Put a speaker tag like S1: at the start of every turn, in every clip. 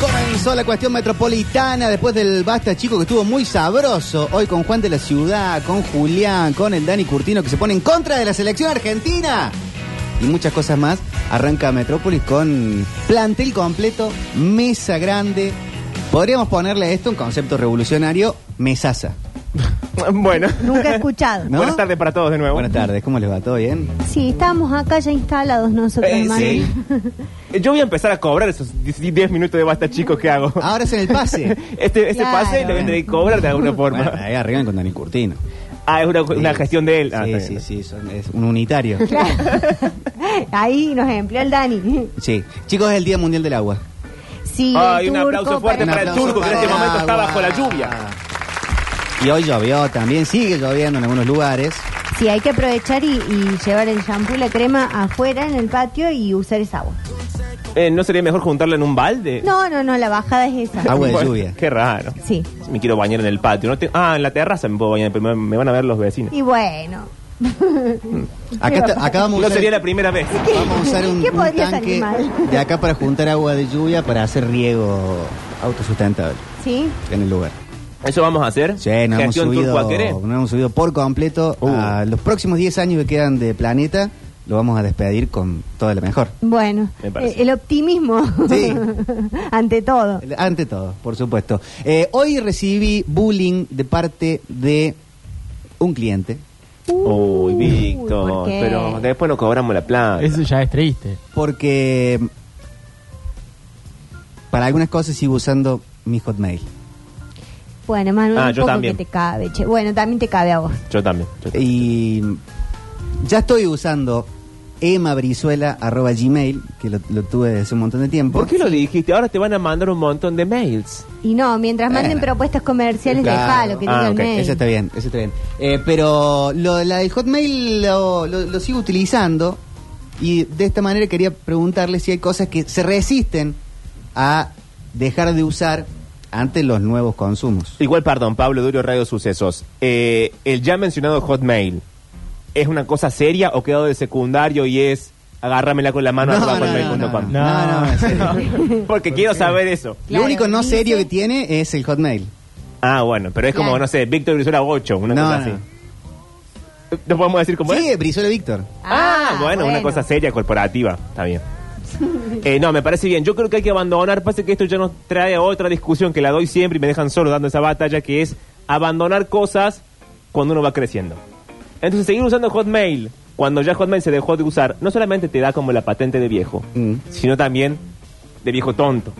S1: Comenzó la cuestión metropolitana después del Basta Chico que estuvo muy sabroso. Hoy con Juan de la Ciudad, con Julián, con el Dani Curtino que se pone en contra de la selección argentina. Y muchas cosas más. Arranca Metrópolis con plantel completo, mesa grande. Podríamos ponerle a esto un concepto revolucionario, mesaza.
S2: Bueno.
S3: Nunca he escuchado.
S1: ¿No?
S2: Buenas tardes para todos de nuevo.
S1: Buenas tardes, ¿cómo les va? ¿Todo bien?
S3: Sí, estábamos acá ya instalados nosotros,
S2: Eh,
S3: hermano.
S2: sí. Eh, Yo voy a empezar a cobrar esos 10 minutos de basta, chicos, que hago?
S1: Ahora es en el pase.
S2: Este, este
S3: Claro.
S2: pase lo voy a tener que cobrar de alguna forma.
S1: Bueno, ahí arriba con Dani Curtino.
S2: Ah, es una, una
S1: Sí.
S2: gestión de él. Ah,
S1: sí,
S2: está
S1: sí,
S2: bien.
S1: sí, son- es un unitario.
S3: Ahí nos empleó el Dani.
S1: Sí. Chicos, es el Día Mundial del Agua.
S3: Sí,
S2: Ay,
S3: el
S2: un
S3: turco,
S2: aplauso fuerte
S1: Un
S2: para el
S1: aplauso
S2: turco que en
S1: para
S2: este
S1: el
S2: momento está
S1: agua.
S2: bajo la lluvia.
S1: Y hoy llovió también, sigue lloviendo en algunos lugares.
S3: Sí, hay que aprovechar y, y llevar el shampoo y la crema afuera en el patio y usar esa agua.
S2: Eh, ¿No sería mejor juntarlo en un balde?
S3: No, no, no, la bajada es esa.
S1: Agua de
S2: Bueno,
S1: lluvia.
S2: Qué raro.
S3: Sí.
S2: Si Me quiero bañar en el patio. No te- Ah, en la terraza me puedo bañar, pero me, me van a ver los vecinos.
S3: Y bueno.
S1: Acá, está- acá vamos, a
S2: No
S1: usar-
S2: sería la primera vez.
S1: vamos a usar un,
S3: ¿Qué
S1: un
S3: podría
S1: tanque
S3: salir mal?
S1: de acá para juntar agua de lluvia para hacer riego autosustentable
S3: ¿Sí?
S1: en el lugar.
S2: ¿Eso vamos a hacer?
S1: Sí, nos hemos,
S2: Gestión
S1: subido,
S2: turco a querer.
S1: nos hemos subido por completo
S2: Uh.
S1: a los próximos 10 años que quedan de planeta. Lo vamos a despedir con toda la mejor.
S3: Bueno,
S2: Me parece.
S3: eh, el optimismo
S1: Sí.
S3: ante todo.
S1: Ante todo, por supuesto. Eh, hoy recibí bullying de parte de un cliente
S2: Uy,
S3: ¿por
S2: Víctor,
S3: qué?
S2: pero después nos cobramos la plata.
S4: Eso ya es triste.
S1: porque para algunas cosas sigo usando mi Hotmail.
S3: Bueno, Manuel,
S2: Ah,
S3: un
S2: yo
S3: poco
S2: también.
S3: que te cabe, che. Bueno, también te cabe a vos.
S2: Yo también. yo también.
S1: Y ya estoy usando emabrizuela.gmail, que lo, lo tuve desde hace un montón de tiempo. Eh,
S2: ¿Por qué lo dijiste? Ahora te van a mandar un montón de mails.
S3: Y no, mientras manden
S1: Eh.
S3: propuestas comerciales,
S1: Claro.
S3: dejalo, que
S2: Ah,
S3: diga el
S2: ok,
S3: mail.
S1: Eso está bien, eso está bien. Eh, pero lo de la del Hotmail lo, lo- lo sigo utilizando y de esta manera quería preguntarle si hay cosas que se resisten a dejar de usar ante los nuevos consumos.
S2: Igual, perdón, Pablo Durio, Radio Sucesos. Eh, el ya mencionado Hotmail, ¿es una cosa seria o quedó de secundario y es agárramela con la mano
S1: No,
S2: arroba
S1: no, no, no,
S2: hotmail.com?
S1: no, no, no, en serio.
S2: Porque quiero saber eso.
S1: Lo
S3: Claro,
S1: único no
S3: dice-
S1: serio que tiene es el Hotmail.
S2: Ah, bueno, pero es como,
S3: Claro.
S2: no sé, Víctor Brizuela 8, una
S1: No,
S2: cosa
S1: no.
S2: así. ¿Nos podemos decir cómo es?
S1: Sí, Brizuela Víctor.
S2: Ah, bueno, una cosa seria, corporativa. Está bien. Eh, no, me parece bien. Yo creo que hay que abandonar. Pasa que esto ya nos trae a otra discusión que la doy siempre y me dejan solo dando esa batalla, que es abandonar cosas cuando uno va creciendo. Entonces, seguir usando Hotmail, cuando ya Hotmail se dejó de usar, no solamente te da como la patente de viejo,
S1: Mm.
S2: sino también de viejo tonto.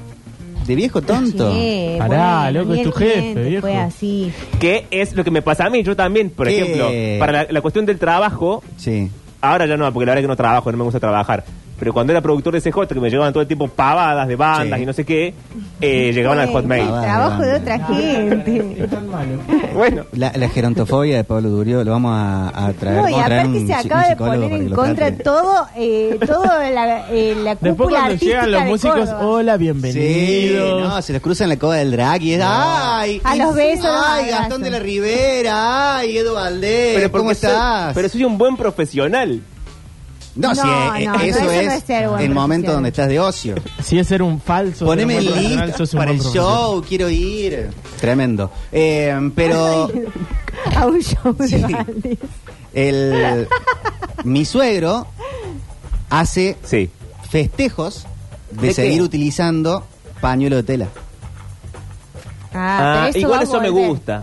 S1: De viejo tonto.
S3: Sí,
S4: Pará,
S3: bueno,
S4: loco,
S3: ni
S4: es
S3: el
S4: tu jefe,
S3: cliente
S4: viejo.
S3: Fue así.
S2: Que es lo que me pasa a mí, yo también. Por
S1: ¿Qué?
S2: ejemplo, para la, la cuestión del trabajo,
S1: Sí.
S2: Ahora ya no, porque la verdad es que no trabajo, no me gusta trabajar. Pero cuando era productor de CJ, que me llegaban todo el tiempo pavadas de bandas
S1: Sí.
S2: y no sé qué, eh, llegaban al
S3: Bueno, Ah,
S2: Hotmail.
S3: el Trabajo de
S1: Vale,
S3: otra gente.
S2: Bueno,
S1: La, la gerontofobia de Pablo Durio lo vamos a, a traer.
S3: No, y
S1: vamos a traer
S3: aparte
S1: un
S3: se
S1: psi- un
S3: acaba de
S1: psicólogo
S3: poner
S1: para que
S3: en
S1: lo
S3: contra
S1: trate.
S3: todo, eh, todo la, eh, la
S4: Después
S3: cúpula
S4: cuando
S3: artística
S4: llegan los
S3: de
S4: músicos,
S3: Córdoba.
S4: hola,
S1: Sí,
S4: bienvenidos.
S1: no, se les cruzan la coda del drag y es. ¡Ay!
S3: A
S1: y-
S3: los besos, los
S1: ¡Ay,
S3: abrazos.
S1: Gastón de la Rivera! ¡Ay, Edu
S3: Eh,
S1: Valdés!
S2: pero
S1: ¿Cómo
S2: porque soy-
S1: estás?
S2: pero soy un buen profesional.
S1: no,
S3: No,
S1: sí, eh,
S3: no, no,
S1: eso,
S3: eso no
S1: es,
S3: es ser buen
S1: el momento
S3: profesional.
S1: donde estás de ocio.
S4: Si es ser un falso.
S1: Poneme
S4: ser
S1: el
S4: un buen profesional,
S1: link
S4: sos un
S1: para
S4: buen
S1: el
S4: profesional.
S1: show, quiero ir. Tremendo. Eh, pero
S3: A un show de
S1: Sí.
S3: Valdés.
S1: el, mi suegro hace
S2: Sí.
S1: festejos de,
S2: ¿De qué?
S1: seguir utilizando pañuelo de tela.
S3: Ah, pero
S2: Ah,
S3: eso va
S2: igual
S3: a
S2: eso me
S3: volver.
S2: gusta.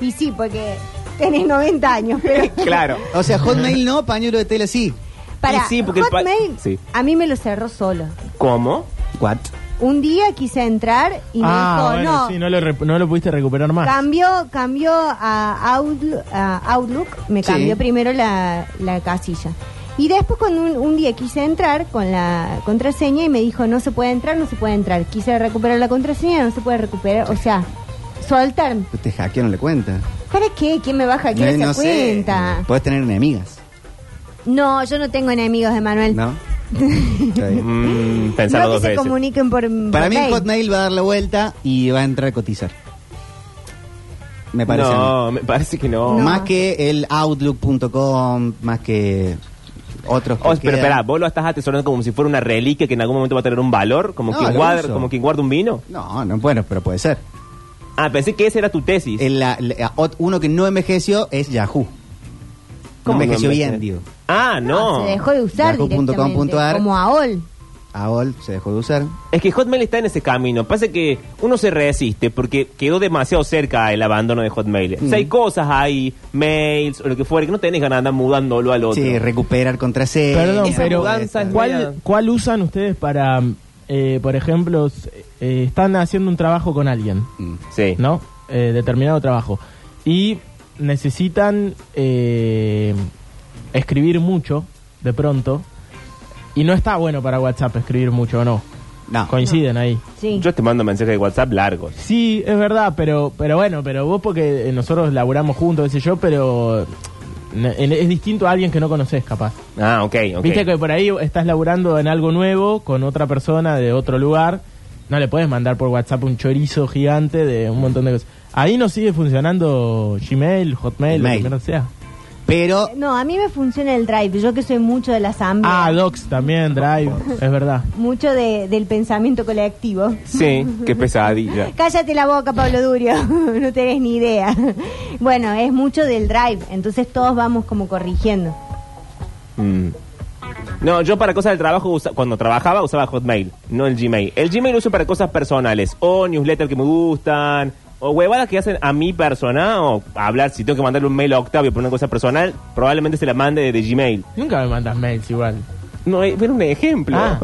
S3: Y sí, porque tenés 90 años, pero...
S2: Claro.
S1: O sea, Hotmail no, pañuelo de tela sí.
S3: Para,
S2: sí, porque el pa-
S3: Hotmail,
S2: sí.
S3: a mí me lo cerró solo.
S2: ¿Cómo?
S1: ¿What?
S3: Un día quise entrar y me
S4: Ah,
S3: dijo,
S4: bueno,
S3: no,
S4: sí, no lo, re- no lo pudiste recuperar más.
S3: Cambió, cambió a Outlook, a Outlook, me
S1: Sí.
S3: cambió primero la, la casilla. Y después cuando un, un día quise entrar con la contraseña y me dijo no se puede entrar, no se puede entrar. Quise recuperar la contraseña, no se puede recuperar. O sea, soltar.
S1: Te hackearon la cuenta.
S3: ¿Para qué? ¿Quién me baja? ¿Quién se cuenta?
S1: Puedes tener enemigas,
S3: No, yo no tengo enemigos de Manuel.
S1: ¿no? Está bien.
S2: Mm, pensarlo
S3: No que
S2: dos
S3: se
S2: veces.
S3: comuniquen por
S1: Para
S3: por
S1: mí,
S3: mail.
S1: Hotmail va a dar la vuelta y va a entrar a cotizar. Me parece. a mí.
S2: no, me parece que no.
S3: No.
S1: Más que el Outlook.com, más que otros que
S2: Oh, pero
S1: quedan.
S2: espera, vos lo estás atesorando como si fuera una reliquia que en algún momento va a tener un valor, como,
S1: No,
S2: quien,
S1: lo
S2: guarda,
S1: uso.
S2: como quien guarda un vino.
S1: No, no, bueno, pero puede ser.
S2: Ah, pensé que esa era tu tesis.
S1: El- la- la- ot- uno que no envejeció es Yahoo. No
S2: ¿Cómo no
S1: envejeció bien,
S2: envejece?
S1: digo.
S2: Ah, no.
S3: Se dejó de usar
S1: Yahoo.com.ar.
S3: directamente, como AOL.
S1: AOL se dejó de usar.
S2: Es que Hotmail está en ese camino. Pasa que uno se resiste porque quedó demasiado cerca el abandono de Hotmail. O sea, hay cosas ahí, mails o lo que fuera, que no tenés ganas de andar mudándolo al otro.
S1: Sí, recuperar contraseña.
S4: Perdón,
S2: esa
S4: pero
S2: mudanza es media-
S4: ¿cuál, ¿cuál usan ustedes para, eh, por ejemplo, s- eh, están haciendo un trabajo con alguien,
S1: Mm.
S2: Sí.
S4: ¿no? Eh, determinado trabajo. Y necesitan eh, escribir mucho, de pronto. Y no está bueno para WhatsApp escribir mucho, ¿o no?
S1: Ah. No.
S4: Coinciden ahí.
S3: Sí.
S2: Yo te mando mensajes de WhatsApp largos.
S4: Sí, es verdad, pero pero bueno, pero vos porque eh, nosotros laburamos juntos, qué sé yo, pero n- en- es distinto a alguien que no conoces, capaz.
S2: Ah, ok, ok.
S4: Viste que por ahí estás laburando en algo nuevo con otra persona de otro lugar, no le puedes mandar por WhatsApp un chorizo gigante de un montón de cosas. Ahí no sigue funcionando Gmail, Hotmail, lo que
S1: Mail.
S4: mierda sea.
S1: Pero
S3: No, a mí me funciona el Drive. Yo que soy mucho de la asamblea.
S4: Ah, Docs también, Drive, es verdad.
S3: mucho de- del pensamiento colectivo.
S2: Sí, qué pesadilla.
S3: Cállate la boca, Pablo Durio. no tenés ni idea. Bueno, es mucho del drive. Entonces todos vamos como corrigiendo.
S2: Mm. No, yo para cosas del trabajo, usa- cuando trabajaba usaba Hotmail, no el Gmail. El Gmail lo uso para cosas personales, o newsletters que me gustan, o huevadas que hacen a mi persona, o hablar, si tengo que mandarle un mail a Octavio por una cosa personal, probablemente se la mande desde Gmail.
S4: Nunca me mandas mails igual.
S2: No, eh, era un ejemplo.
S4: Ah.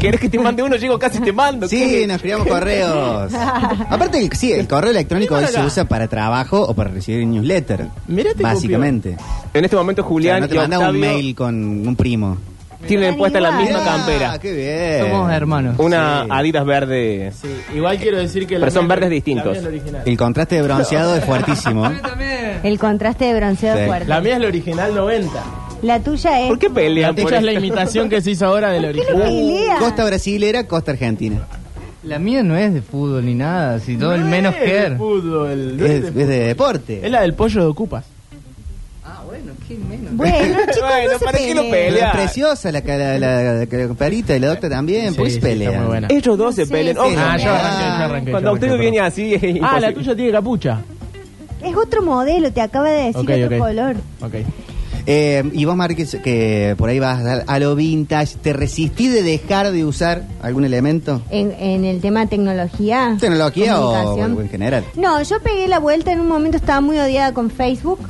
S2: ¿Querés que te mande uno? Llego casi te mando.
S1: sí,
S2: ¿Qué?
S1: nos escribamos correos. Aparte, el- sí, el correo electrónico hoy se usa para trabajo o para recibir newsletter.
S4: Mirá, te
S1: básicamente.
S2: En este momento
S1: O sea,
S2: este Julián
S1: no te
S2: y
S1: mandas un
S2: Octavio
S1: mail con un primo.
S2: tienen puesta la misma
S1: Mirá,
S2: campera.
S1: qué bien.
S5: Somos hermanos.
S2: Una
S1: Sí.
S2: Adidas verde.
S4: Sí, igual quiero decir que la
S2: Pero son
S4: mía-
S2: verdes distintos.
S4: la mía es la original.
S1: El contraste de bronceado es fuertísimo.
S3: El contraste de bronceado
S1: Sí.
S3: es fuerte.
S4: La
S3: La,
S4: mía es la original 90.
S3: tuya es.
S2: ¿Por qué pelean por
S4: Esa es la
S2: esto?
S4: imitación que se hizo ahora del original.
S3: Pelea.
S1: Costa brasilera, costa argentina.
S5: La mía no es de fútbol ni nada, si todo el menos
S4: No es de
S5: care.
S4: fútbol, no
S1: Es,
S4: es de
S1: es de deporte.
S4: fútbol. Es la del pollo de Ocupas.
S5: Ah, bueno, qué menos.
S3: Bueno, chicos,
S2: Bueno,
S3: no se
S2: ¿para qué lo
S3: peleen.
S1: Pero es
S2: Pelea.
S1: preciosa la, cara- la, la, la comparita y la doctora también.
S4: Sí,
S1: pues
S4: sí,
S1: pelea.
S4: está muy buena.
S2: Ellos dos
S3: No
S2: se
S3: sé,
S2: pelean.
S3: sí,
S2: Oh,
S3: sí.
S4: Ah, yo arranqué, yo
S1: Ah,
S4: arranqué.
S2: Cuando
S4: yo
S2: Octavio
S4: arranqué,
S2: viene
S4: perdón.
S2: así, es
S4: Ah, la
S2: imposible.
S4: tuya tiene capucha.
S3: Es otro modelo, te acaba de decir
S4: Ok,
S3: otro
S4: ok.
S3: color.
S4: Ok.
S1: Eh, y vos, Márquez, que por ahí vas a, a lo vintage, ¿te resistí de dejar de usar algún elemento?
S3: En, en el tema tecnología.
S1: ¿Tecnología o,
S3: comunicación.
S1: o en general?
S3: No, yo pegué la vuelta en un momento, estaba muy odiada con Facebook.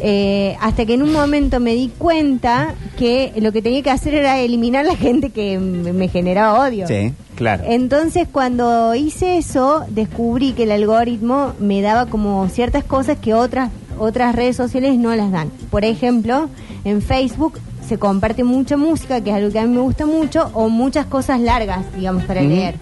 S3: eh, hasta que en un momento me di cuenta que lo que tenía que hacer era eliminar la gente que m- me generaba odio.
S1: Sí.
S2: Claro.
S3: Entonces cuando hice eso, descubrí que el algoritmo me daba como ciertas cosas que otras, otras redes sociales no las dan. Por ejemplo, en Facebook se comparte mucha música, que es algo que a mí me gusta mucho, o muchas cosas largas, digamos, para leer.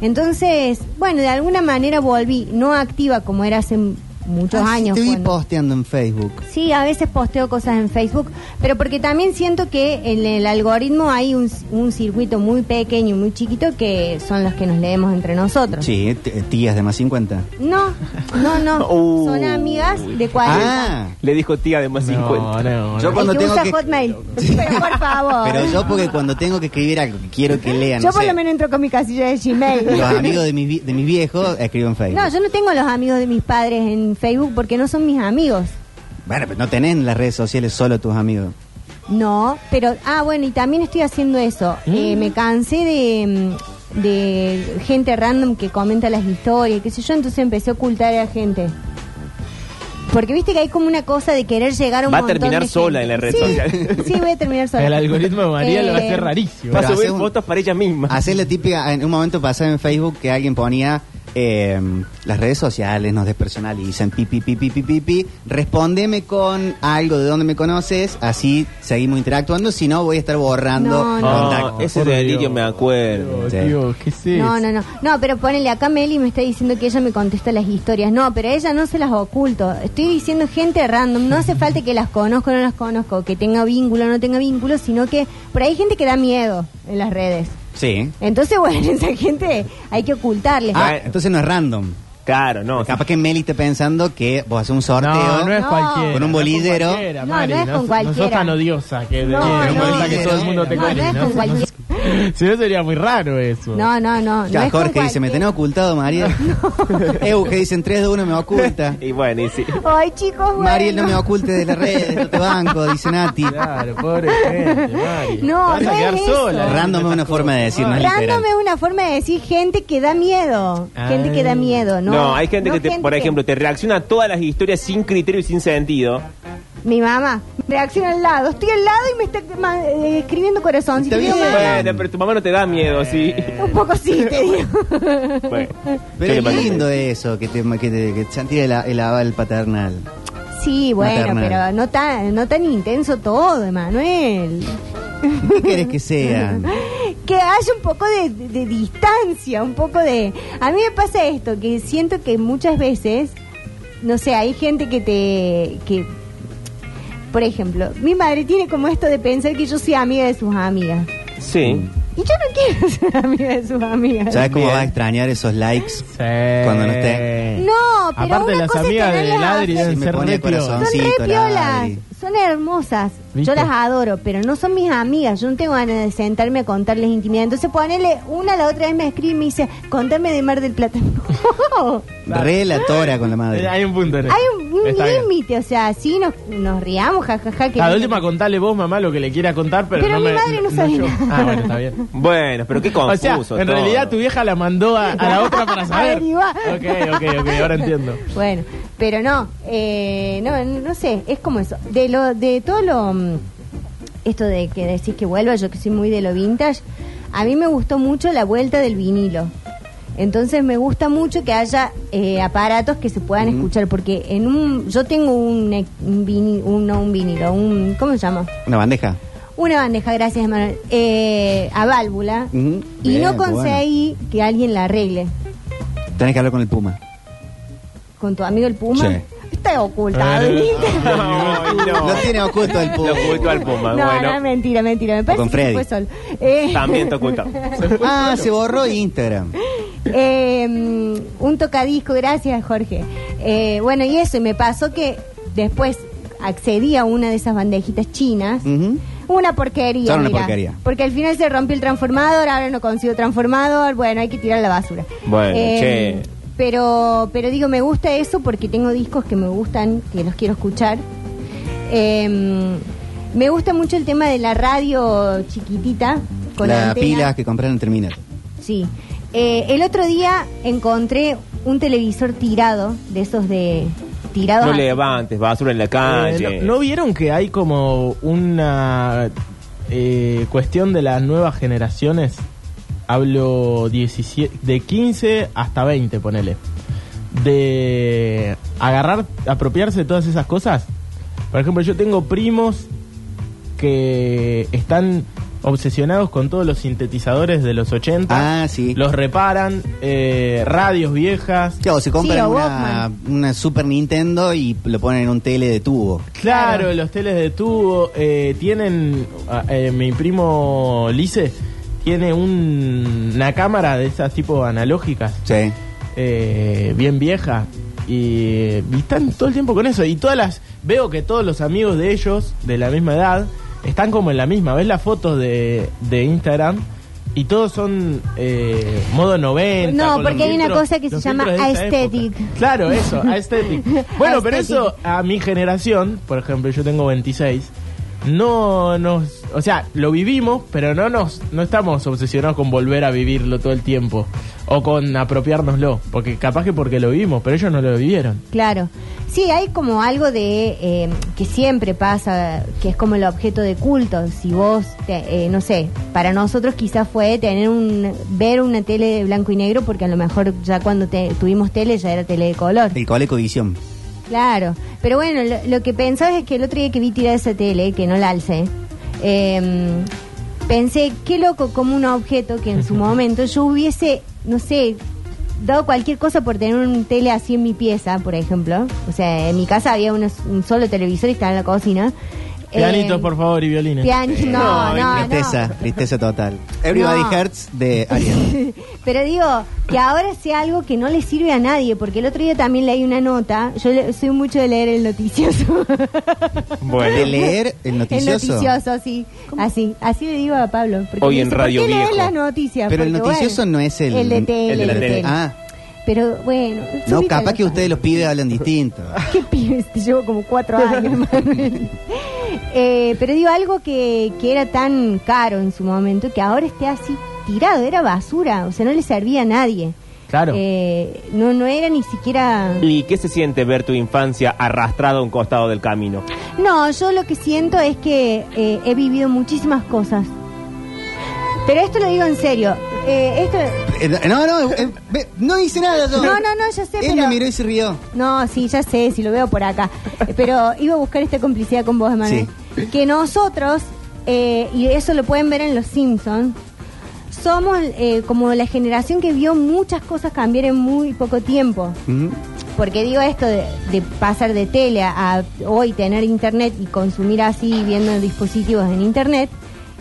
S3: Entonces, bueno, de alguna manera volví, no activa como era hace m- muchos
S1: Ah, sí,
S3: años.
S1: Te vi
S3: cuando-
S1: posteando en Facebook.
S3: Sí, a veces posteo cosas en Facebook, pero porque también siento que en el algoritmo hay un, un circuito muy pequeño, muy chiquito, que son los que nos leemos entre nosotros.
S1: Sí, t- tías de más 50.
S3: No, no, no.
S2: Uy.
S3: Son amigas de 40.
S1: Uh. Ah,
S2: Le dijo tía de más 50.
S4: No, no,
S1: Yo
S4: no.
S3: El
S1: cuando
S3: que
S1: tengo
S3: usa
S1: que-
S3: Hotmail. Pero por favor.
S1: Ah, pero yo porque cuando tengo que escribir algo que quiero que lean,
S3: Yo
S1: no
S3: por
S1: sé,
S3: lo menos entro con mi casilla de Gmail.
S1: los amigos de mis, vi- de mis viejos escribo en Facebook.
S3: No, yo no tengo los amigos de mis padres en Facebook porque no son mis amigos.
S1: Bueno, pero no tenés en las redes sociales solo tus amigos.
S3: No, pero, ah, bueno, y también estoy haciendo eso.
S2: Mm.
S3: Eh, me cansé de, mm, de gente random que comenta las historias, qué sé yo, entonces empecé a ocultar a la gente. Porque viste que hay como una cosa de querer llegar a un
S2: Va a
S3: montón
S2: terminar
S3: de
S2: sola
S3: gente.
S2: en la red
S3: Sí,
S2: social.
S3: Sí, voy a terminar sola.
S4: El algoritmo de María lo va a hacer
S3: Eh,
S4: rarísimo.
S2: Va a
S1: Pero
S2: subir
S1: hace un-
S2: fotos para ella misma.
S1: Hacer la típica, en un momento pasaba en Facebook que alguien ponía eh, las redes sociales nos despersonalizan, pi, pi, pi, pi, pi, pi, pi, respóndeme con algo de donde me conoces, así seguimos interactuando, si no voy a estar borrando
S3: No, no.
S1: contacto.
S2: Ah, ese
S4: Por
S2: delirio
S4: Dios.
S2: me acuerdo.
S4: Dios,
S1: eh, Sí.
S4: Dios, ¿qué es eso?
S3: No, no, no. No, pero ponele acá Meli me está diciendo que ella me contesta las historias. No, pero ella no se las oculto. Estoy diciendo gente random. No hace falta que las conozco o no las conozco, que tenga vínculo o no tenga vínculo, sino que por ahí hay gente que da miedo en
S4: Ah.
S3: las redes.
S1: Sí.
S3: Entonces, bueno, esa gente hay que ocultarle.
S1: Ah, entonces no es random.
S2: Claro, no.
S1: Capaz que Meli está pensando que vos haces un sorteo.
S4: No, no es
S3: No.
S4: cualquiera.
S1: Con un
S4: no es
S1: bolillero.
S4: cualquiera,
S3: No,
S4: Mari,
S3: no es con
S4: sos- No sos
S3: cualquiera.
S4: tan odiosa que,
S3: No,
S4: que- que
S1: no.
S4: cuenta que todo el mundo te
S1: No,
S3: no
S4: conoce,
S3: es con cualquiera.
S4: Si no sería muy raro eso.
S3: No, no, no. no
S1: Ya,
S3: es con
S1: Jorge dice, me
S3: cualquiera.
S1: tenés ocultado, María. Euge dice, en 3 de 1 me oculta.
S2: Y bueno, y sí.
S3: Ay, chicos, bueno.
S1: Mariel, no me oculte de las redes, no te banco, dice Nati.
S4: Claro, pobre gente, Mari.
S3: No,
S4: Te vas
S3: no
S4: a
S3: es
S4: quedar
S3: eso.
S4: sola.
S1: Random es una forma de decir, no es literal. Ah.
S3: Random es una forma de decir gente que da miedo. Gente que da miedo, ¿no?
S2: No, hay gente que, te- por ejemplo, te reacciona a todas las historias sin criterio y sin sentido.
S3: Mi mamá reacciona al lado. Estoy al lado y me está ma- eh, escribiendo corazón.
S1: Está bien.
S2: Bueno, pero tu mamá no te da miedo, sí.
S3: Un poco sí, te digo.
S2: Bueno,
S1: Pero
S2: ¿qué le
S1: es
S2: parece?
S1: lindo eso, que te, que te- que te sentir el, el aval paternal.
S3: Sí, bueno,
S1: Maternal.
S3: pero no tan, no tan intenso todo, Emanuel.
S1: ¿Qué querés que sean?
S3: Que haya un poco de, de distancia, un poco de... A mí me pasa esto, que siento que muchas veces, no sé, hay gente que te... que Por ejemplo, mi madre tiene como esto de pensar que yo soy amiga de sus amigas.
S2: Sí.
S3: Y yo no quiero ser amiga de sus amigas.
S1: ¿Sabes cómo
S4: Bien.
S1: va a extrañar esos likes?
S4: Sí.
S1: Cuando no esté.
S3: No, pero
S4: Aparte,
S3: una
S4: las
S3: cosa es
S4: amigas
S3: tener
S4: de
S3: las-
S4: Ladri
S1: Sí,
S4: deben
S1: me
S4: ser
S1: pone
S4: re piolas.
S1: corazón.
S3: Son re
S1: Pancito,
S3: piolas,
S1: Ladri.
S3: son hermosas.
S4: ¿Viste?
S3: Yo las adoro, pero no son mis amigas. Yo no tengo ganas de sentarme a contarles intimidad. Entonces ponele una a la otra vez me escribe y me dice, contame de Mar del Plata. No.
S1: Re la tora con la
S4: Eh,
S1: madre.
S4: Hay un punto en eso.
S3: Hay un, un
S4: Está bien.
S3: límite, o sea, sí nos, nos riamos, jajaja. que
S4: La última, contale vos, mamá, lo que le quieras contar, pero,
S3: Pero
S4: no
S3: mi
S4: me-
S3: madre no sabe
S4: yo.
S3: nada.
S4: Ah, bueno, está bien.
S2: Bueno, pero qué
S4: O
S2: confuso.
S4: sea, en
S2: todo.
S4: realidad tu vieja la mandó a, a la otra para saber.
S3: Averiguá.
S4: ok, ok, ok, ahora entiendo.
S3: Bueno, pero no, eh, no, no sé, es como eso. De lo, de todo lo, mm, esto de que decís que vuelva, yo que soy muy de lo vintage, a mí me gustó mucho la vuelta del vinilo. Entonces me gusta mucho que haya eh, aparatos que se puedan escuchar, porque en un, yo tengo un, eh, un vinilo, un, no un vinilo, un, ¿cómo se llama?
S1: Una bandeja.
S3: Una bandeja, gracias Manuel, eh, a válvula,
S1: Ujú,
S3: y
S1: bien,
S3: no
S1: bueno.
S3: conseguí que alguien la arregle.
S1: Tenés que hablar con el Puma.
S3: ¿Con tu amigo el Puma?
S1: Sí.
S3: Está ocultado.
S4: Eh,
S3: ¿viste?
S2: No, no.
S1: Lo tiene oculto el Puma.
S2: Lo ocultó al Puma.
S3: No,
S2: bueno,
S3: no, mentira, mentira. Me parece
S1: con Freddy.
S3: que fue solo. Eh,
S2: también te oculta.
S1: Ah, se borró Instagram.
S3: eh, mm, un tocadisco, gracias, Jorge. Eh, bueno, y eso, y me pasó que después accedí a una de esas bandejitas chinas.
S1: Ujú.
S3: Una porquería.
S1: Son una
S3: mirá.
S1: porquería.
S3: Porque al final se rompió el transformador, ahora no consigo transformador, bueno, hay que tirar la basura. Eh,
S2: Bueno, che.
S3: Pero, pero digo, me gusta eso porque tengo discos que me gustan, que los quiero escuchar. Em, me gusta mucho el tema de la radio chiquitita. Con
S1: Las
S3: antena.
S1: pilas que compraron en Terminal.
S3: Sí. Eh, el otro día encontré un televisor tirado, de esos de tirados.
S2: No
S3: a-
S2: levantes basura en la
S4: Eh,
S2: calle.
S4: ¿no, no vieron que hay como una eh, cuestión de las nuevas generaciones? Hablo 17, de 15 hasta 20, ponele. De agarrar, apropiarse de todas esas cosas. Por ejemplo, yo tengo primos que están obsesionados con todos los sintetizadores de los 80.
S1: Ah, sí.
S4: Los reparan, eh, radios viejas.
S1: Claro, se compran
S3: Sí, o
S1: una,
S3: Walkman.
S1: una Super Nintendo y lo ponen en un tele de tubo.
S4: Claro,
S3: Claro.
S4: los teles de tubo eh, tienen. ah, eh, mi primo Lice tiene un- una cámara de esas tipo analógicas,
S1: Sí.
S4: eh, bien vieja. Y, y están todo el tiempo con eso. Y todas las. Veo que todos los amigos de ellos, de la misma edad, están como en la misma. Ves las fotos de, de Instagram. Y todos son eh, modo 90.
S3: No,
S4: con los
S3: porque hay una
S4: filtros-
S3: cosa que se
S4: los
S3: llama
S4: filtros de esa época.
S3: aesthetic.
S4: Claro, eso, aesthetic. Bueno, pero
S3: Aesthetic.
S4: eso a mi generación, por ejemplo, yo tengo 26, no nos, o sea, lo vivimos, pero no nos no estamos obsesionados con volver a vivirlo todo el tiempo o con apropiárnoslo, porque capaz que porque lo vivimos, pero ellos no lo vivieron.
S3: Claro. Sí, hay como algo de eh, que siempre pasa, que es como el objeto de culto. Si vos, te- eh, no sé, para nosotros quizás fue tener un ver una tele de blanco y negro, porque a lo mejor ya cuando te- tuvimos tele ya era tele de color.
S1: El Coleco Visión.
S3: Claro. Pero bueno, lo, lo que pensaba es que el otro día que vi tirar esa tele, que no la alcé, eh, pensé, qué loco como un objeto que en su momento yo hubiese, no sé, dado cualquier cosa por tener un tele así en mi pieza, por ejemplo. O sea, en mi casa había unos- un solo televisor y estaba en la cocina.
S4: Pianitos,
S3: eh,
S4: por favor, y violines.
S3: pian- no, no, Ah, no.
S1: tristeza, tristeza total. Everybody
S3: No.
S1: Hurts de Ariel.
S3: Pero digo, que ahora sea algo que no le sirve a nadie, porque el otro día también leí una nota, yo le- soy mucho de leer el noticioso.
S1: De
S2: Bueno,
S1: leer el
S3: El
S1: noticioso.
S3: noticioso, sí. Así, así le digo a Pablo. porque
S2: Hoy
S3: me
S2: en
S3: dice, ¿por
S2: Radio
S3: qué lees
S2: Viejo?
S3: las noticias?
S1: Pero el
S3: Porque,
S1: noticioso
S3: bueno,
S1: no es el...
S3: el de tele.
S2: el de la
S3: el de
S2: tele.
S1: Ah,
S3: Pero bueno.
S1: no,
S3: subite
S1: capaz
S3: la
S1: que
S3: nota.
S1: ustedes los pibes hablan distinto.
S3: ¿Qué pibes? Te llevo como cuatro años, Manuel. Eh, pero digo, algo que, que era tan caro en su momento, que ahora esté así tirado, era basura, o sea, no le servía a nadie.
S4: Claro.
S3: Eh, no, no era ni siquiera...
S2: ¿y qué se siente ver tu infancia arrastrada a un costado del camino?
S3: No, yo lo que siento es que eh, he vivido muchísimas cosas. Pero esto lo digo en serio. Eh, esto...
S1: Eh, No, no, eh, ve- no hice nada yo.
S3: No, no, no, yo sé,
S1: Él
S3: pero...
S1: me miró y se rió.
S3: No, sí, ya sé, si lo veo por acá. Pero iba a buscar esta complicidad con vos, Emanuel. Que nosotros, eh, y eso lo pueden ver en Los Simpsons, somos eh, como la generación que vio muchas cosas cambiar en muy poco tiempo.
S1: Mm.
S3: Porque digo esto de, de pasar de tele a hoy tener internet y consumir así viendo dispositivos en internet,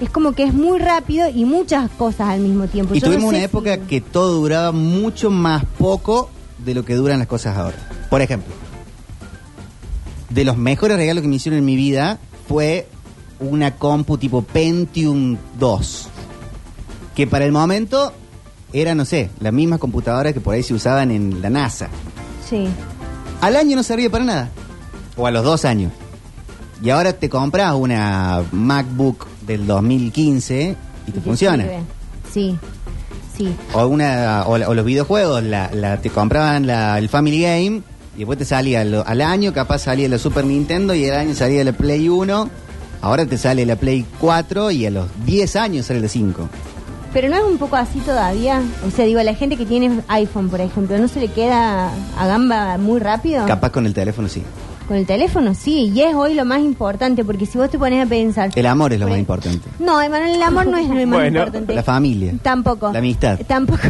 S3: es como que es muy rápido y muchas cosas al mismo tiempo.
S1: Y
S3: Yo no
S1: tuvimos
S3: sé
S1: una época
S3: si-
S1: que todo duraba mucho más poco de lo que duran las cosas ahora. Por ejemplo, de los mejores regalos que me hicieron en mi vida fue una compu tipo Pentium 2. Que para el momento era, no sé, las mismas computadoras que por ahí se usaban en la NASA.
S3: Sí.
S1: Al año no servía para nada. O a los dos años. Y ahora te compras una MacBook del 2015 y te
S3: que
S1: funciona.
S3: sirve. Sí, sí.
S1: O, una, o, la- o los videojuegos, la, la- te compraban la- el Family Game y después te salía lo- al año, capaz salía la Super Nintendo y al año salía la Play 1. Ahora te sale la Play 4 y a los 10 años sale la 5.
S3: Pero no es un poco así todavía. O sea, digo, la gente que tiene iPhone, por ejemplo, ¿no se le queda a gamba muy rápido?
S1: Capaz con el teléfono sí.
S3: Con el teléfono, sí. Y es hoy lo más importante, porque si vos te pones a pensar...
S1: El amor es lo
S3: Por
S1: más
S3: ahí.
S1: importante.
S3: No, Emanuel, el amor no es lo más
S2: Bueno.
S3: importante.
S1: La familia.
S3: Tampoco.
S1: La amistad.
S3: Tampoco.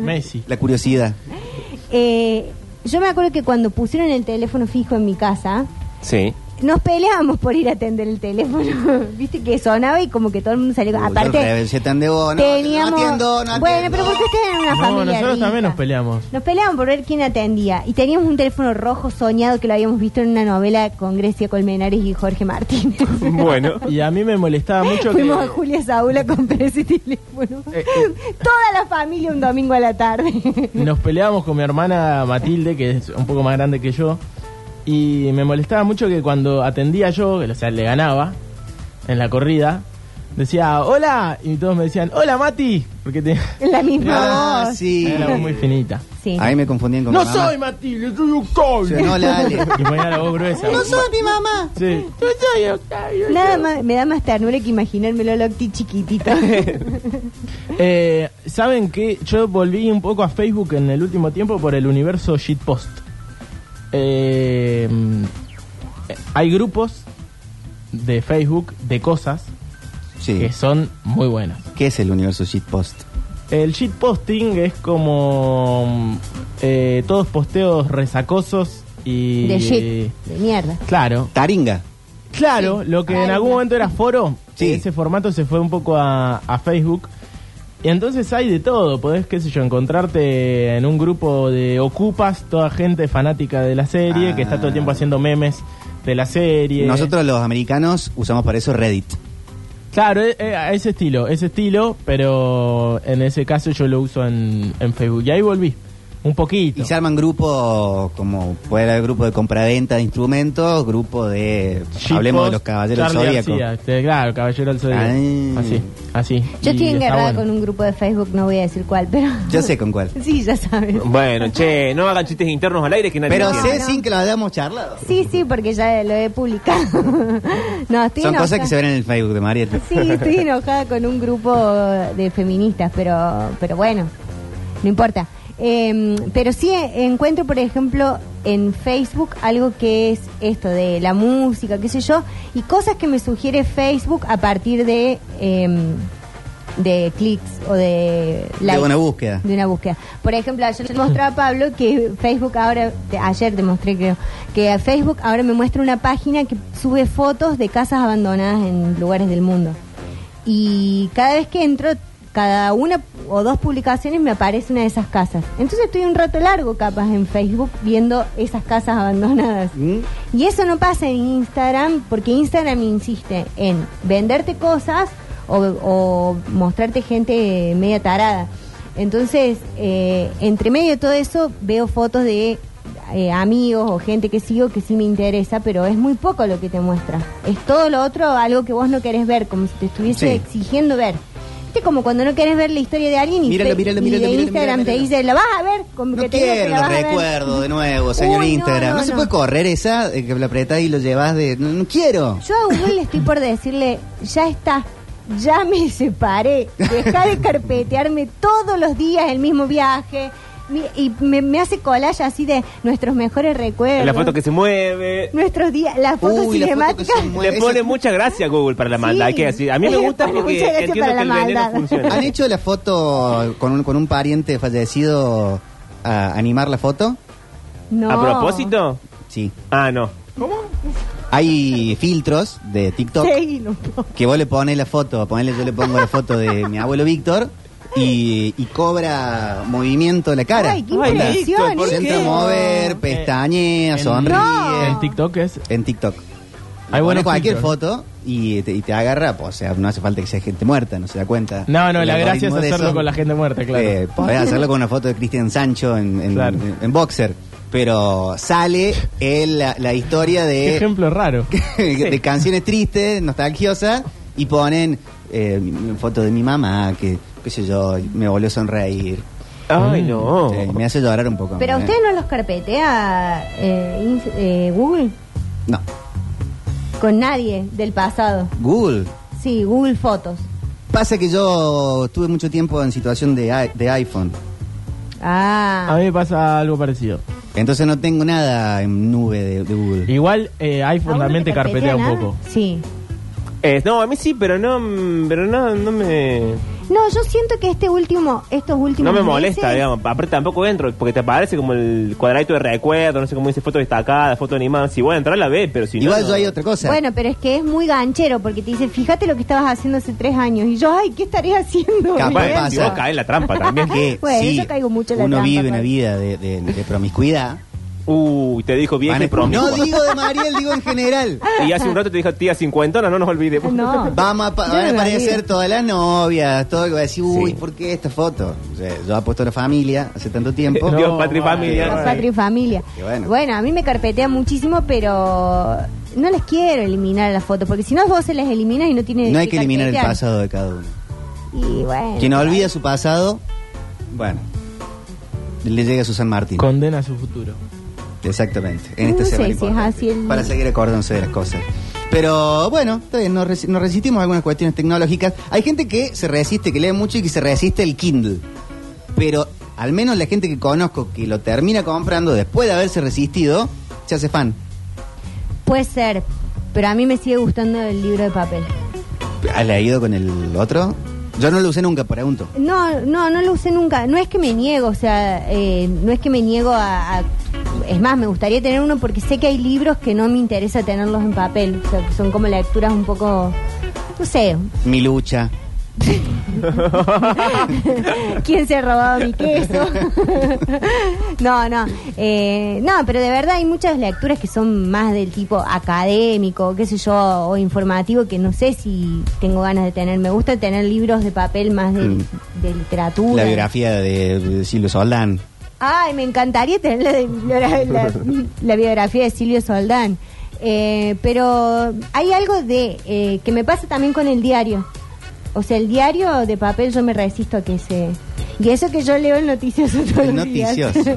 S4: Messi.
S1: La curiosidad.
S3: Eh, yo me acuerdo que cuando pusieron el teléfono fijo en mi casa,
S2: Sí.
S3: nos peleábamos por ir a atender el teléfono. Viste que sonaba y como que todo el mundo salió.
S1: Uy,
S3: Aparte,
S1: yo re- soy tan de vos, no,
S3: teníamos.
S1: no atiendo, no
S3: bueno,
S1: atiendo.
S3: pero porque ustedes eran una
S4: No,
S3: familia.
S4: nosotros
S3: rica.
S4: también nos peleamos.
S3: Nos peleábamos por ver quién atendía. Y teníamos un teléfono rojo soñado que lo habíamos visto en una novela con Grecia Colmenares y Jorge Martínez.
S2: Bueno.
S4: Y a mí me molestaba mucho que.
S3: Fuimos a Julia Saúl a comprar ese teléfono.
S4: Eh,
S3: Toda la familia un domingo a la tarde.
S4: nos peleábamos con mi hermana Matilde, que es un poco más grande que yo, y me molestaba mucho que cuando atendía yo, o sea, le ganaba en la corrida, decía, hola, y todos me decían, hola Mati, porque te...
S3: la misma
S1: Ah,
S3: voz.
S1: sí.
S4: era muy finita.
S3: Sí.
S1: Ahí me confundían con
S4: No
S1: mi mamá.
S4: soy Matilde, soy Octavio.
S1: Sí, no, la Ale.
S4: Y ponía la voz gruesa.
S1: No soy mi mamá.
S4: Sí. No soy Octavio.
S3: Nada más, me da más ternura que imaginármelo a Locti chiquitito.
S4: Eh, ¿Saben que Yo volví un poco a Facebook en el último tiempo por el universo shitpost. Eh, hay grupos de Facebook de cosas
S1: Sí.
S4: que son muy buenas.
S1: ¿Qué es el universo shitpost?
S4: El shitposting es como eh, todos posteos resacosos y...
S1: eh,
S4: eh,
S3: De shit. De mierda.
S4: Claro,
S1: Taringa.
S4: Claro, lo que en
S3: Ay,
S4: algún
S3: no.
S4: momento era foro,
S1: Sí.
S4: ese formato se fue un poco a, a Facebook. Y entonces hay de todo, podés, qué sé yo, encontrarte en un grupo de ocupas, toda gente fanática de la serie, que está todo el tiempo haciendo memes de la serie.
S1: Ah. Nosotros los americanos usamos para eso Reddit.
S4: Claro, eh, eh, a ese estilo, ese estilo, pero en ese caso yo lo uso en, en Facebook. Y ahí volví, un poquito.
S1: Y se arman grupos como puede haber grupo de compraventa de instrumentos, grupo de
S4: Chicos,
S1: hablemos de los caballeros
S4: Charlie
S1: del zodíaco. Ah.
S4: García, este, claro, Caballero del
S1: Ay.
S4: Zodíaco. Así, así.
S3: Yo estoy
S4: Y está
S3: engarrada
S4: bueno.
S3: con un grupo de Facebook, no voy a decir cuál, pero.
S1: Ya sé con cuál.
S3: Sí, ya sabes.
S2: Bueno, che, no hagan chistes internos al aire que nadie
S1: Pero
S2: entiende.
S1: sé sin que lo hayamos charlado.
S3: Sí, sí, porque ya lo he publicado. no, estoy
S1: Son cosas
S3: enojada.
S1: que se ven en el Facebook de Marieta.
S3: Sí, estoy enojada con un grupo de feministas, pero, pero bueno, no importa. Eh, pero sí eh, encuentro, por ejemplo, en Facebook algo que es esto de la música, qué sé yo, y cosas que me sugiere Facebook a partir de eh, de clics o de
S1: De
S3: likes,
S1: una búsqueda.
S3: de una búsqueda. Por ejemplo, ayer le mostraba a Pablo que Facebook ahora, te- ayer te mostré creo, que a Facebook ahora me muestra una página que sube fotos de casas abandonadas en lugares del mundo. Y cada vez que entro, cada una o dos publicaciones me aparece una de esas casas. Entonces estoy un rato largo capaz en Facebook viendo esas casas abandonadas.
S1: ¿Mm?
S3: Y eso no pasa en Instagram porque Instagram insiste en venderte cosas o, o mostrarte gente media tarada. Entonces, eh, entre medio de todo eso, veo fotos de eh, amigos o gente que sigo que sí me interesa, pero es muy poco lo que te muestra. Es todo lo otro algo que vos no querés ver, como si te estuviese
S1: Sí.
S3: exigiendo ver. Viste como cuando no querés ver la historia de alguien y,
S1: Míralo,
S3: fe-
S1: míralo,
S3: y
S1: míralo,
S3: de
S1: míralo,
S3: Instagram
S1: míralo,
S3: te
S1: míralo.
S3: dice, la vas a ver, como
S1: No
S3: que te digo que
S1: quiero
S3: la
S1: los
S3: vas a ver".
S1: recuerdos de nuevo, señor
S3: Uy, no,
S1: Instagram. No,
S3: no,
S1: se
S3: no.
S1: puede correr esa, eh, que la apretás y lo llevas de. No, no quiero.
S3: Yo a Google le estoy por decirle, ya está, ya me separé, deja de carpetearme todos los días el mismo viaje. Mi- Y me, me hace collage así de nuestros mejores recuerdos.
S2: La foto que se mueve.
S3: Nuestros días, las fotos
S1: Uy, la foto que
S3: cinemáticas.
S1: se mueve.
S2: Le pone mucha gracia Google para la
S3: Sí.
S2: maldad, hay que decir. A mí me
S3: Le
S2: gusta
S3: pone
S2: porque
S3: mucha gracia
S2: entiendo
S3: para
S2: que el
S3: la
S2: veneno
S3: maldad.
S2: funciona.
S1: ¿Han hecho la foto con un, con un pariente fallecido a animar la foto?
S3: No.
S2: ¿A propósito?
S1: Sí.
S2: Ah, no.
S1: Hay filtros de TikTok
S3: Seguilo.
S1: que vos le pones la foto, ponele, yo le pongo la foto de mi abuelo Víctor y, y cobra movimiento la cara.
S3: Ay, qué
S2: Ay,
S3: impresión.
S2: Víctor, ¿por
S1: Se
S3: ¿eh?
S1: entra a
S2: qué?
S1: mover,
S4: En-
S1: pestañea, sonríe.
S3: No.
S4: En TikTok es.
S1: En TikTok.
S4: Hay
S1: Hay
S4: buenos
S1: cualquier
S4: filtros.
S1: foto y te, y te agarra, pues, o sea, no hace falta que sea gente muerta, no se da cuenta.
S4: No, no,
S1: El
S4: la gracia es
S1: algoritmo de
S4: hacerlo
S1: eso,
S4: con la gente muerta, claro.
S1: eh, podés hacerlo con una foto de Cristian Sancho en, en-
S4: Claro.
S1: en- en boxer, pero sale el- la, la historia
S4: Qué
S1: de,
S4: ejemplo raro.
S1: de canciones tristes, nostalgiosas, y ponen eh, mi- foto de mi mamá, que qué sé yo, me volvió a sonreír.
S2: Ay,
S3: Mm.
S2: no.
S1: Sí, me hace llorar un poco.
S3: Pero
S1: eh.
S3: a usted no los carpetea eh, ins- eh, Google
S1: No,
S3: con nadie del pasado.
S1: Google.
S3: Sí, Google Fotos.
S1: Pasa que yo estuve mucho tiempo en situación de, i- de iPhone.
S3: Ah.
S4: A mí me pasa algo parecido.
S1: Entonces no tengo nada en nube de, de Google.
S4: Igual eh,
S3: ¿A
S4: iPhone
S3: vos no
S4: también
S3: Ah, te
S4: te carpetea un
S3: nada?
S4: poco.
S3: Sí.
S2: Eh, no, a mí sí, pero no, mm, pero no, no me,
S3: No, yo siento que este último, estos últimos
S2: no me
S3: meses-
S2: molesta, digamos. Aparte tampoco entro, porque te aparece como el cuadradito de recuerdo, no sé cómo dice, foto destacada, foto animada. Si voy a entrar la ve, pero si no,
S1: Igual
S2: no.
S1: yo hay otra cosa.
S3: Bueno, pero es que es muy ganchero porque te dice, fíjate lo que estabas haciendo hace tres años. Y yo, ay, ¿qué estaría haciendo?
S1: Capaz
S3: Bueno,
S2: Bueno, si
S1: pasa.
S2: vos caes en la trampa también.
S1: que
S3: Bueno,
S1: sí,
S3: yo caigo mucho en la
S1: uno
S3: trampa,
S1: vive una
S3: Pablo.
S1: vida de, de- de promiscuidad.
S2: Uy, te dijo bien
S1: Van
S2: que
S1: a-
S2: promiscua.
S1: no digo de Mariel, digo en general.
S2: Y hace un rato te dijo tía cincuentona, no nos olvidemos.
S3: No.
S1: Vamos a pa-
S3: Yo
S1: van a
S3: no la
S1: aparecer
S3: vi.
S1: todas las novias, todo, y voy a decir, uy,
S2: Sí.
S1: ¿por qué esta foto? O sea, yo apuesto a la familia hace tanto tiempo. eh,
S2: Dios,
S4: No,
S2: patria y
S4: vale.
S2: familia.
S3: La patria y familia.
S1: Y bueno.
S3: Bueno. a mí me carpetea muchísimo, pero no les quiero eliminar la foto porque si no vos se les eliminas y no tiene
S1: No hay
S3: de
S1: que eliminar el
S3: carpetear.
S1: pasado de cada uno.
S3: Eh, Y bueno.
S1: Quien olvida su pasado, bueno, le llega a su San Martín.
S4: Condena su futuro.
S1: Exactamente, en este esta
S3: No sé
S1: semana.
S3: si
S1: importante,
S3: es así el-
S1: Para seguir acordándose de las cosas. Pero bueno, está bien, nos, resi- nos resistimos a algunas cuestiones tecnológicas. Hay gente que se resiste, que lee mucho y que se resiste el Kindle. Pero al menos la gente que conozco que lo termina comprando después de haberse resistido, se hace fan.
S3: Puede ser, pero a mí me sigue gustando el libro de papel.
S1: ¿Has leído con el otro? Yo no lo usé nunca, pregunto.
S3: No, no, no lo usé nunca. No es que me niego, o sea, eh, no es que me niego a, a- Es más, me gustaría tener uno porque sé que hay libros que no me interesa tenerlos en papel. O sea, que son como lecturas un poco... No sé,
S1: Mi lucha.
S3: ¿quién se ha robado mi queso? no, no. eh, no, pero de verdad hay muchas lecturas que son más del tipo académico, qué sé yo, o informativo, que no sé si tengo ganas de tener. Me gusta tener libros de papel más de,
S1: Mm.
S3: de literatura.
S1: La biografía de, de Silvio Soldán.
S3: Ay, me encantaría tener la, la- la- la biografía de Silvio Soldán. Eh, pero hay algo de eh, que me pasa también con el diario. O sea, el diario de papel yo me resisto a que se... Y eso que yo leo el noticioso todos
S1: El
S3: los días.
S1: noticioso.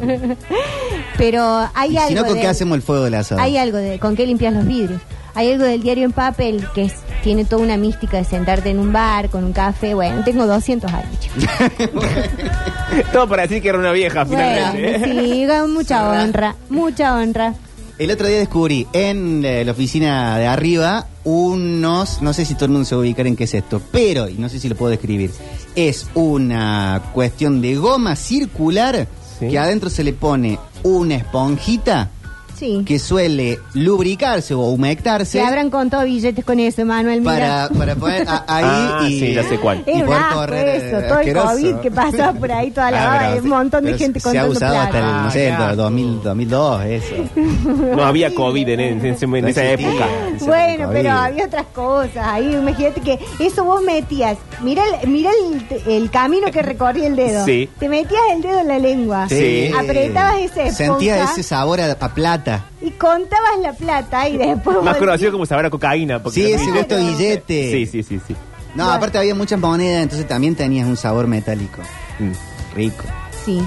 S3: pero hay
S1: Y
S3: algo
S1: si no, ¿con
S3: de-
S1: qué hacemos el fuego del asado?
S3: hay algo de con qué limpias los vidrios. Hay algo del diario en papel que es- tiene toda una mística de sentarte en un bar con un café. Bueno, tengo 200 años, chicos.
S2: Todo para decir que era una vieja,
S3: Bueno,
S2: finalmente. ¿eh?
S3: sí, con mucha honra, mucha honra.
S1: El otro día descubrí en eh, la oficina de arriba unos, no sé si todo el mundo se va a ubicar en qué es esto, pero, y no sé si lo puedo describir, es una cuestión de goma circular
S2: Sí.
S1: que adentro se le pone una esponjita
S3: Sí.
S1: que suele lubricarse o humectarse
S3: Se habrán contado billetes con eso, Manuel.
S1: para,
S3: Mira.
S1: para poner a- ahí
S2: Ah,
S1: y,
S2: sí, ya sé cuál.
S1: y
S3: Era un
S1: poder
S3: asco
S1: correr, eh,
S3: eso, todo el
S1: asqueroso.
S3: COVID que pasaba por ahí, toda la
S1: Ah,
S3: baba,
S1: pero
S3: un montón de
S1: pero
S3: gente
S1: se ha
S3: contando
S1: usado hasta el,
S3: plata.
S1: no sé,
S5: Ah, qué
S1: 2000, 2002, eso.
S2: No había COVID en, en- en- en
S1: No
S2: esa
S1: existía.
S2: época.
S3: Bueno,
S1: COVID.
S3: pero había otras cosas. Ahí imagínate que eso vos metías. Mira el, mira el, el camino que recorría el dedo.
S2: Sí.
S3: Te metías el dedo en la lengua.
S2: Sí.
S3: Apretabas ese
S1: Sentías ese sabor a, a plata.
S3: Y contabas la plata y después.
S2: Más
S3: vos-
S2: conocido como saber a cocaína. porque
S1: Sí, este.
S2: era
S1: ese gusto
S2: billete.
S1: de billete.
S2: Sí, sí, sí, sí.
S1: No, aparte había muchas monedas, entonces también tenías un sabor metálico.
S2: Mm.
S1: Rico.
S3: Sí.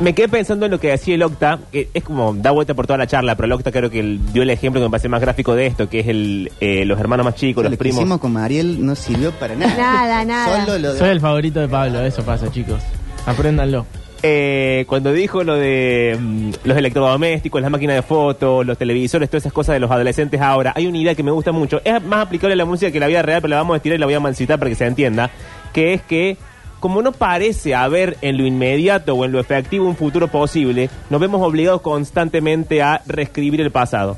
S2: Me quedé pensando en lo que decía el Octa, que es como da vuelta por toda la charla, pero el Octa creo que el- dio el ejemplo que me parece más gráfico de esto, que es el, eh, los hermanos más chicos,
S1: Lo
S2: los
S1: que
S2: primos.
S1: hicimos con Mariel no sirvió para nada.
S3: Nada, nada.
S1: Solo lo de-
S4: Soy el favorito de Pablo, eso pasa, chicos. Apréndanlo.
S2: Eh, cuando dijo lo de mm, los electrodomésticos, las máquinas de fotos, los televisores, todas esas cosas de los adolescentes ahora, hay una idea que me gusta mucho. Es más aplicable a la música que a la vida real, pero la vamos a estirar y la voy a mancitar para que se entienda. Que es que, como no parece haber en lo inmediato o en lo efectivo un futuro posible, nos vemos obligados constantemente a reescribir el pasado.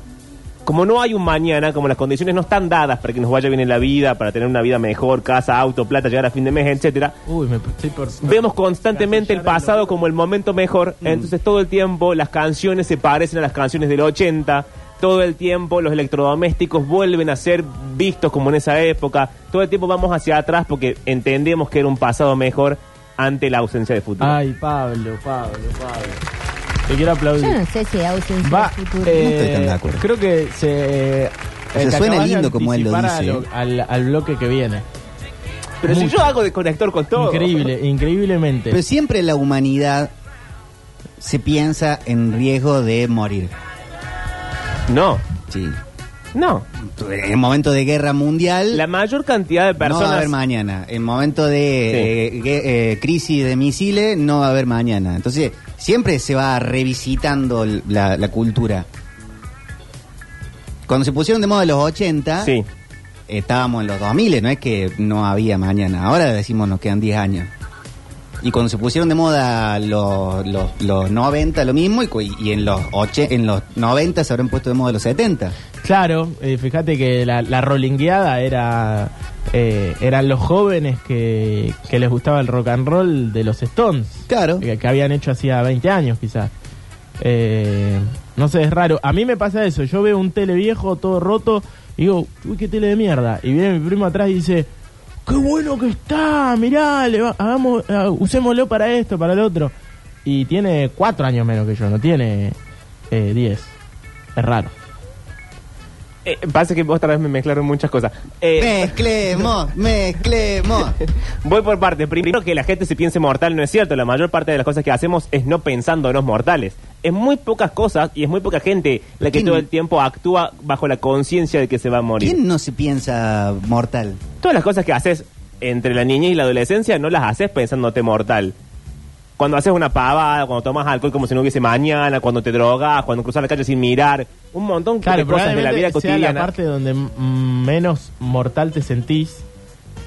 S2: Como no hay un mañana, como las condiciones no están dadas para que nos vaya bien en la vida, para tener una vida mejor, casa, auto, plata, llegar a fin de mes, etcétera,
S4: Uy, me estoy por.
S2: Vemos constantemente el pasado como el momento mejor, entonces todo el tiempo las canciones se parecen a las canciones del 80, todo el tiempo los electrodomésticos vuelven a ser vistos como en esa época, todo el tiempo vamos hacia atrás porque entendemos que era un pasado mejor ante la ausencia de futuro.
S1: Ah,
S4: Ay, Pablo, Pablo, Pablo. Te quiero aplaudir.
S3: Yo no sé si ausencia
S4: Va,
S3: de futuro.
S4: eh,
S1: No estoy tan de acuerdo.
S4: Creo que se. eh,
S1: O sea,
S4: te
S1: suena
S4: acabas de
S1: lindo como él lo
S4: anticipar
S1: dice.
S4: a al, al bloque que viene.
S2: Pero si
S4: mucho.
S2: yo hago de conector con todo.
S4: Increíble, increíblemente.
S1: Pero siempre la humanidad se piensa en riesgo de morir.
S2: No,
S1: Sí.
S2: no.
S1: En momento de guerra mundial.
S2: La mayor cantidad de
S1: No va a
S2: personas...
S1: haber mañana. En momento de eh, gue- eh, crisis de misiles, no va a haber mañana. Entonces, siempre se va revisitando l- la, la cultura. Cuando se pusieron de moda los 80,
S2: sí.
S1: estábamos en los 2000, no es que no había mañana. Ahora decimos nos quedan 10 años. Y cuando se pusieron de moda los, los, los 90, lo mismo, y, cu- y en, los oche- en los 90 se habrán puesto de moda los 70.
S4: Claro, eh, fíjate que la, la rolingueada era. eh, eran los jóvenes que, que les gustaba el rock and roll de los Stones.
S1: Claro.
S4: que, que habían hecho hacía 20 años quizás. Eh, no sé, es raro. A mí me pasa eso, yo veo un tele viejo todo roto y digo, uy, qué tele de mierda. Y viene mi primo atrás y dice, qué bueno que está, mirá, le va- hagamos, ah, usémoslo para esto, para lo otro. Y tiene cuatro años menos que yo, no tiene eh, 10. Es raro.
S2: Eh, pasa que otra vez me mezclaron muchas cosas. Eh,
S1: Mezclemos, mezclemos.
S2: Voy por partes. Primero que la gente se piense mortal no es cierto. La mayor parte de las cosas que hacemos es no pensándonos mortales. Es muy pocas cosas y es muy poca gente la que
S1: ¿Quién?
S2: todo el tiempo actúa bajo la conciencia de que se va a morir.
S1: ¿Quién no se piensa mortal?
S2: Todas las cosas que haces entre la niñez y la adolescencia no las haces pensándote mortal. Cuando haces una pavada, cuando tomas alcohol como si no hubiese mañana, cuando te drogas, cuando cruzas la calle sin mirar, un montón de
S4: Claro,
S2: cosas de la vida
S4: probablemente sea la
S2: cotidiana.
S4: parte donde mm, menos mortal te sentís.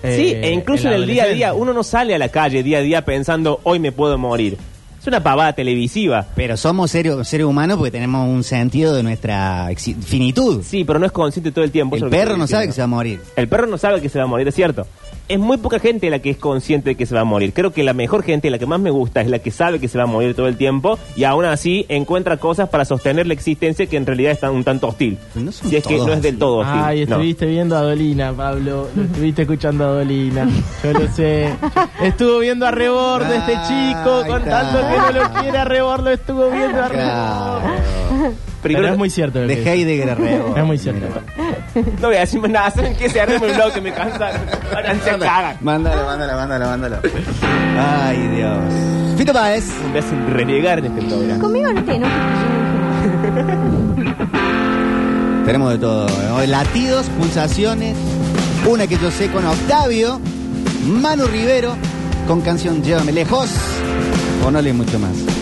S2: Sí,
S4: eh,
S2: e incluso en
S4: la
S2: el día a día,
S4: adolescencia.
S2: uno no sale a la calle día a día pensando, hoy me puedo morir. Es una pavada televisiva.
S1: Pero somos seres seres humanos porque tenemos un sentido de nuestra exi- finitud.
S2: Sí, pero no es consciente todo el tiempo. eso
S1: El
S2: es lo que
S1: perro
S2: estoy
S1: no sabe que se
S2: diciendo.
S1: va a morir.
S2: El perro no sabe que se va a morir, es cierto. Es muy poca gente la que es consciente de que se va a morir. Creo que la mejor gente, la que más me gusta, es la que sabe que se va a morir todo el tiempo y aún así encuentra cosas para sostener la existencia que en realidad está un tanto hostil.
S1: No son
S2: si es que
S1: todos
S2: no es del
S1: así.
S2: todo hostil.
S4: Ay,
S2: no.
S4: estuviste viendo a Dolina, Pablo. Lo estuviste escuchando a Dolina. Yo lo sé. Estuvo viendo a Rebord este chico,
S1: Ay,
S4: contando
S1: claro.
S4: que no lo quiere a Rebord, lo estuvo viendo a
S1: Claro.
S4: Rebord. Pero es muy cierto. lo
S1: De
S4: que dice.
S1: Heidegger a Rebord.
S4: Es muy cierto.
S1: Mira.
S2: No voy a decir más nada, saben que se arregla el blog que me cansan. Ahora se cagan.
S1: Mándalo, mándalo, mándalo, mándalo. Ay, Dios. Fito Páez.
S2: Me hacen renegar en este programa.
S3: Conmigo no te enojes, porque yo no dije nada.
S1: Tenemos de todo. ¿no? Latidos, pulsaciones. Una que yo sé con Octavio. Manu Rivero. Con canción Llévame lejos. O no leí mucho más.